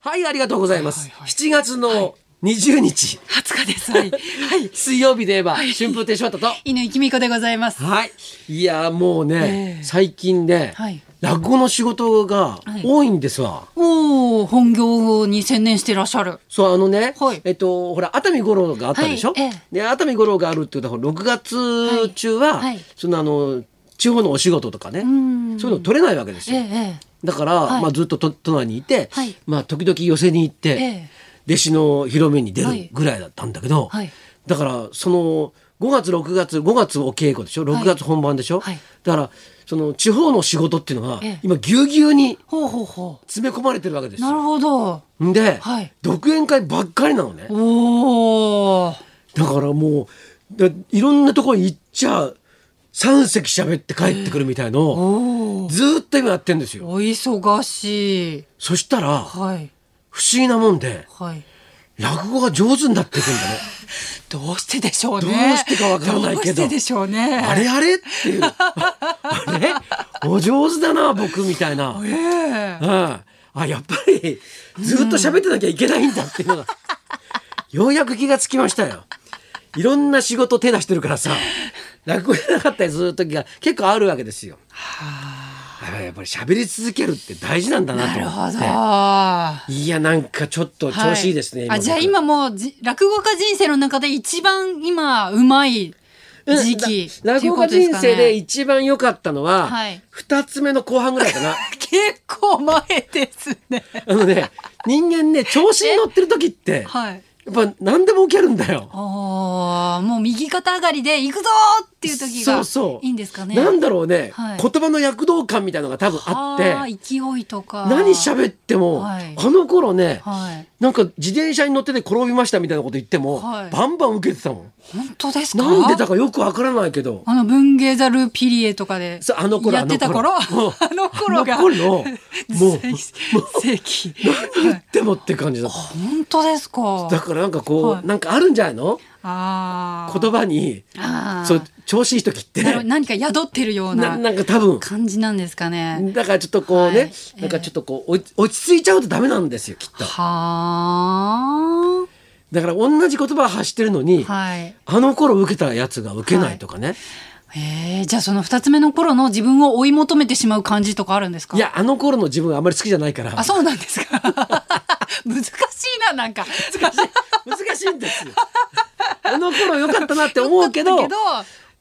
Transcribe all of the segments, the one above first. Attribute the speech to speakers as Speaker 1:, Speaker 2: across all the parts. Speaker 1: はい、ありがとうございます。
Speaker 2: はいはい
Speaker 1: 7月の20日、
Speaker 2: 20日です。はい。はい。
Speaker 1: 水曜日で言えば、春風亭昇太と。は
Speaker 2: 犬井美子でございます。
Speaker 1: い。いやー、もうね、
Speaker 2: ええ
Speaker 1: 最近ね、
Speaker 2: はい
Speaker 1: 落語の仕事が
Speaker 2: はい
Speaker 1: 多いんですわ。
Speaker 2: おお、本業に専念していらっしゃる。
Speaker 1: そうあのね、
Speaker 2: はい
Speaker 1: えっとほら熱海五郎があったでしょ、
Speaker 2: はいええ
Speaker 1: で熱海五郎があるっていうと6月中は、
Speaker 2: はいはい
Speaker 1: そのあの地方のお仕事とかね
Speaker 2: ん
Speaker 1: そういうの取れないわけです
Speaker 2: ええ
Speaker 1: よ、
Speaker 2: え
Speaker 1: だから、
Speaker 2: はい
Speaker 1: まあ、ずっと都都内にいて、
Speaker 2: はい
Speaker 1: まあ、時々寄席に行って、
Speaker 2: ええ
Speaker 1: 弟子の広めに出
Speaker 2: は
Speaker 1: る
Speaker 2: い
Speaker 1: ぐらいだったんだけど、
Speaker 2: はい
Speaker 1: だからその5月6月5月お稽古でしょ6月本番でしょ、
Speaker 2: はい
Speaker 1: だからその地方の仕事っていうのは、
Speaker 2: ええ
Speaker 1: 今ぎゅうぎゅうに
Speaker 2: えほうほうほ
Speaker 1: 詰め込まれてるわけで
Speaker 2: う。
Speaker 1: す
Speaker 2: なる
Speaker 1: よ。
Speaker 2: ほど。
Speaker 1: で、
Speaker 2: はい
Speaker 1: 独演会ばっかりなのね。
Speaker 2: おお。
Speaker 1: だからもうだいろんなところ行っちゃ3席喋って帰ってくるみたいのを
Speaker 2: おお。
Speaker 1: ずーっと今やってんですよ
Speaker 2: お忙しい。
Speaker 1: そしたら不
Speaker 2: はい。
Speaker 1: 思議なもんで
Speaker 2: はい。
Speaker 1: 落語が上手になっていくんだね
Speaker 2: どうしてでしょうね。
Speaker 1: どうしてかわからないけど
Speaker 2: どうしてでしょうね。
Speaker 1: あれあれって いうあれお上手だな僕みたいな、うん、
Speaker 2: ええ
Speaker 1: あやっぱりずーっと喋ってなきゃいけないんだっていうのが、ようやく気がつきましたよいろんな仕事手出してるからさ落語じゃなかったりする時が結構あるわけですよ
Speaker 2: は
Speaker 1: あやっぱり喋り続けるって大事なんだ
Speaker 2: あ。
Speaker 1: な
Speaker 2: な
Speaker 1: と
Speaker 2: る
Speaker 1: 思
Speaker 2: ほ
Speaker 1: って
Speaker 2: ど。はい
Speaker 1: やなんかちょっと
Speaker 2: い
Speaker 1: 調子いいですね、
Speaker 2: あ、
Speaker 1: 僕
Speaker 2: じゃあ今もうじ落語家人生の中で一番今うまい時期
Speaker 1: うんら
Speaker 2: って
Speaker 1: 落
Speaker 2: いう
Speaker 1: 語
Speaker 2: こ
Speaker 1: 家
Speaker 2: とです
Speaker 1: 人
Speaker 2: かね
Speaker 1: 生で一番良かったのは
Speaker 2: はい
Speaker 1: 二、つ目の後半ぐらいかな
Speaker 2: 結構前ですね。
Speaker 1: あのね人間ね調子に乗ってる時って
Speaker 2: はい。
Speaker 1: やっぱ何でも起きるんだよ
Speaker 2: ああ、もう右肩上がりで行くぞーっていう時
Speaker 1: そ
Speaker 2: が
Speaker 1: うそう
Speaker 2: いいんですかね。
Speaker 1: なんだろうね、
Speaker 2: はい
Speaker 1: 言葉の躍動感みたいなのが多分あ
Speaker 2: は
Speaker 1: っ
Speaker 2: ー
Speaker 1: て
Speaker 2: 勢いとか。
Speaker 1: 何喋っても、
Speaker 2: はい
Speaker 1: あの頃ね、
Speaker 2: はい。
Speaker 1: なんか自転車に乗ってて転びましたみたいなこと言っても、
Speaker 2: はい
Speaker 1: バンバン受けてたもん
Speaker 2: 本当ですか。
Speaker 1: なんでだかよくわからないけど
Speaker 2: あの文芸ザルピリエとかで
Speaker 1: そうあの頃
Speaker 2: やってた頃
Speaker 1: あ の頃
Speaker 2: あの頃が
Speaker 1: あの 頃もう
Speaker 2: 世紀
Speaker 1: 言ってもって感じだった
Speaker 2: 本当ですか
Speaker 1: だからなんかこう、
Speaker 2: はい
Speaker 1: なんかあるんじゃないの
Speaker 2: あー
Speaker 1: 言葉に
Speaker 2: あー
Speaker 1: そう調子いい時って
Speaker 2: なるほど何か宿ってるよう
Speaker 1: な
Speaker 2: な
Speaker 1: なんか多分
Speaker 2: 感じなんですかね
Speaker 1: だからちょっとこうね、
Speaker 2: はい
Speaker 1: なんかちょっとこう落ち落ち着いちゃうとダメなんですよきっと
Speaker 2: は
Speaker 1: だから同じ言葉を発してるのに、
Speaker 2: あはい
Speaker 1: あの頃受けたやつが受けないとかね、
Speaker 2: えー、じゃあその二つ目の頃の自分を追い求めてしまう感じとかあるんですか
Speaker 1: い、やあの頃の自分はあんまり好きじゃないから
Speaker 2: あそうなんですか 難しいななんか難しい
Speaker 1: 難しいんですよあの頃良かったなって思う けど
Speaker 2: けど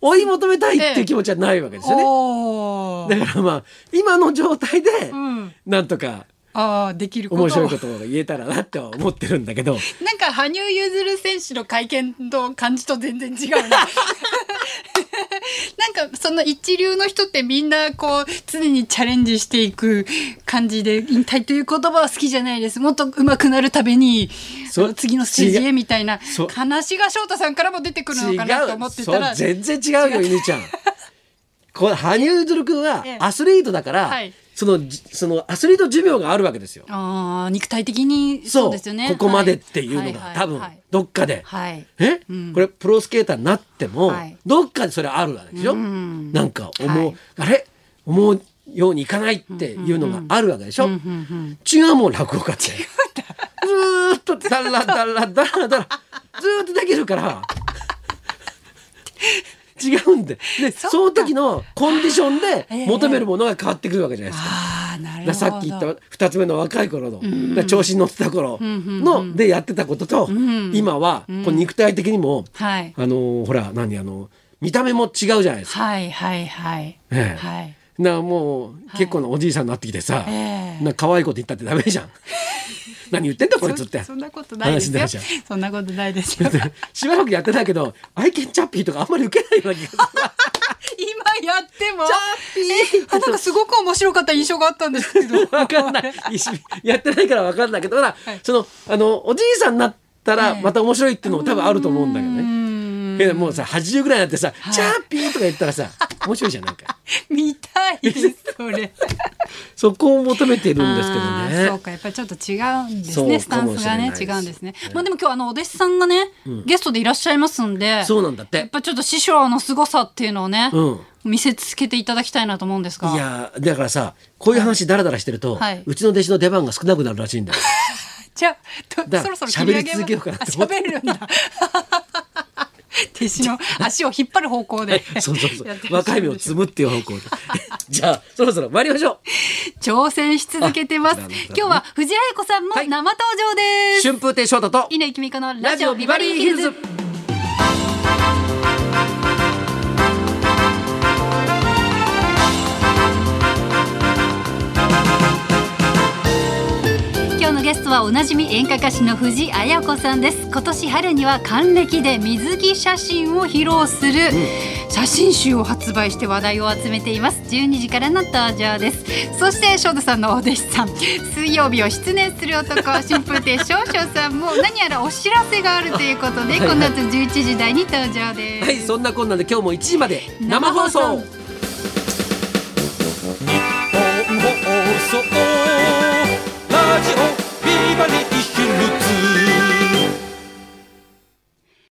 Speaker 1: 追い求めたいっていう気持ちはないわけですよね、
Speaker 2: おー
Speaker 1: だからまあ今の状態で、
Speaker 2: うん
Speaker 1: なんとか
Speaker 2: ああできることを
Speaker 1: 面白いことが言えたらなっては思ってるんだけど
Speaker 2: なんか羽生結弦選手の会見の感じと全然違うな。なんかその一流の人ってみんなこう常にチャレンジしていく感じで引退という言葉は好きじゃないですもっと上手くなるために
Speaker 1: そう
Speaker 2: あの次のステージ
Speaker 1: 違
Speaker 2: へみたいな
Speaker 1: そう
Speaker 2: 話が翔太さんからも出てくるの
Speaker 1: 違
Speaker 2: かなと思
Speaker 1: う
Speaker 2: って
Speaker 1: そ
Speaker 2: た
Speaker 1: う
Speaker 2: ら
Speaker 1: 全然違うよ犬ちゃんこれ羽生結弦君は
Speaker 2: ええ
Speaker 1: アスリートだから、
Speaker 2: はい
Speaker 1: そのじそのアスリート寿命があるわけですよ。
Speaker 2: あー肉体的にそうですよね
Speaker 1: ここまでっていうのが、
Speaker 2: はい
Speaker 1: 多分、
Speaker 2: はいはい
Speaker 1: どっかで、
Speaker 2: はい
Speaker 1: え、
Speaker 2: うん
Speaker 1: これプロスケーターになっても、
Speaker 2: はい
Speaker 1: どっかでそれあるわけでしょ、
Speaker 2: うん
Speaker 1: なんか思う、
Speaker 2: はい
Speaker 1: あれ思うようにいかないっていうのがあるわけでしょ、
Speaker 2: うんうんうん
Speaker 1: 違うもん落語家ってずーっとダラダラダラダラずーっとできる から違うんでで
Speaker 2: そ
Speaker 1: そ
Speaker 2: っか
Speaker 1: の時のコンディション
Speaker 2: え
Speaker 1: で
Speaker 2: え
Speaker 1: 求めるものが変わってくるわけじゃないですか。
Speaker 2: ああなるほ
Speaker 1: だ
Speaker 2: ど
Speaker 1: からさっき言った二つ目の若い頃の、だから調子に乗ってた頃のでやってたことと、今はこう肉体的にも、
Speaker 2: はい
Speaker 1: あのーほら何あの見た目も違うじゃないですか。
Speaker 2: はいはいはい、
Speaker 1: ええ
Speaker 2: はい
Speaker 1: だからもう結構なおじいさんになってきてさ、
Speaker 2: ええ
Speaker 1: なんか可愛いこと言ったってダメじ ゃん。何言ってんだこいつって
Speaker 2: そ。そんなことないです
Speaker 1: 話に
Speaker 2: よ
Speaker 1: なるじゃん。
Speaker 2: そんなことないですよ。今
Speaker 1: しばらくやってたけど、アイケンチャッピーとかあんまり受けないような気がする。
Speaker 2: やっても。
Speaker 1: チャッピ
Speaker 2: あなんかすごく面白かった印象があったんですけど。
Speaker 1: ーわかんない。やってないからわかんないけど、だから、
Speaker 2: はい
Speaker 1: その、あの、おじいさんになったら
Speaker 2: ええ
Speaker 1: また面白いっていうのも多分あると思うんだけど
Speaker 2: う
Speaker 1: ね。
Speaker 2: ん
Speaker 1: えもうさ、80ぐらいになってさ、
Speaker 2: い
Speaker 1: チャッピーとか言ったらさ、面白いじゃん、なんか。
Speaker 2: 見たいです。それ。
Speaker 1: そこを求めてるんですけ
Speaker 2: あーそ
Speaker 1: ど
Speaker 2: う
Speaker 1: ね。
Speaker 2: かやっぱりちょっと違うんです
Speaker 1: そう
Speaker 2: ねスタンスが
Speaker 1: か
Speaker 2: ね
Speaker 1: もし
Speaker 2: 違
Speaker 1: れな
Speaker 2: う
Speaker 1: い
Speaker 2: ん
Speaker 1: で
Speaker 2: ですすねまあでも今日あのお弟子さんがね、ゲストでいらっしゃいますんで
Speaker 1: そうなんだっ。
Speaker 2: やってぱちょっと師匠の凄さっていうのをね、
Speaker 1: うん
Speaker 2: 見せつけていただきたいなと思うんですが
Speaker 1: いやーだからさこういう話ダラダラしてると、
Speaker 2: はいう
Speaker 1: ちの弟子の出番が少なくなるらしいんだよ
Speaker 2: じゃあと
Speaker 1: だ
Speaker 2: そろそろ切り上げ
Speaker 1: 喋り続けようかな
Speaker 2: あ
Speaker 1: と思って
Speaker 2: 喋るんだ 弟子 の足を引っ張る方向で
Speaker 1: そうそうそ
Speaker 2: やって
Speaker 1: う。
Speaker 2: らっしゃ
Speaker 1: 若い
Speaker 2: る
Speaker 1: 芽
Speaker 2: ん
Speaker 1: を
Speaker 2: でしょ
Speaker 1: 摘むっていう方向で。じゃあ、そろそろ参りましょう。
Speaker 2: 挑戦し続けてます
Speaker 1: あなるほどね
Speaker 2: 今日は藤あや子さんも
Speaker 1: はい
Speaker 2: 生登場です、
Speaker 1: 春風亭昇太と、
Speaker 2: 稲井君香の
Speaker 1: ラ
Speaker 2: ラ
Speaker 1: ジ
Speaker 2: ジオ
Speaker 1: オ
Speaker 2: ビ
Speaker 1: ビ
Speaker 2: バ
Speaker 1: バ
Speaker 2: リ
Speaker 1: リー
Speaker 2: ーヒ
Speaker 1: ヒ
Speaker 2: ル
Speaker 1: ル
Speaker 2: ズ
Speaker 1: ズ。
Speaker 2: 今日のゲストはおなじみ演歌歌手の藤あや子さんです今年春には還暦で水着写真を披露する、写真集を発売して話題を集めています12時からの登場ですそして翔太さんのお弟子さん水曜日を失念する男春風亭少々さんも何やらお知らせがあるということで
Speaker 1: はい
Speaker 2: この後11時台に登場です、
Speaker 1: はい、そんなこんなで今日も1時まで生放送。
Speaker 2: 生放送
Speaker 1: 日本放送ラジオ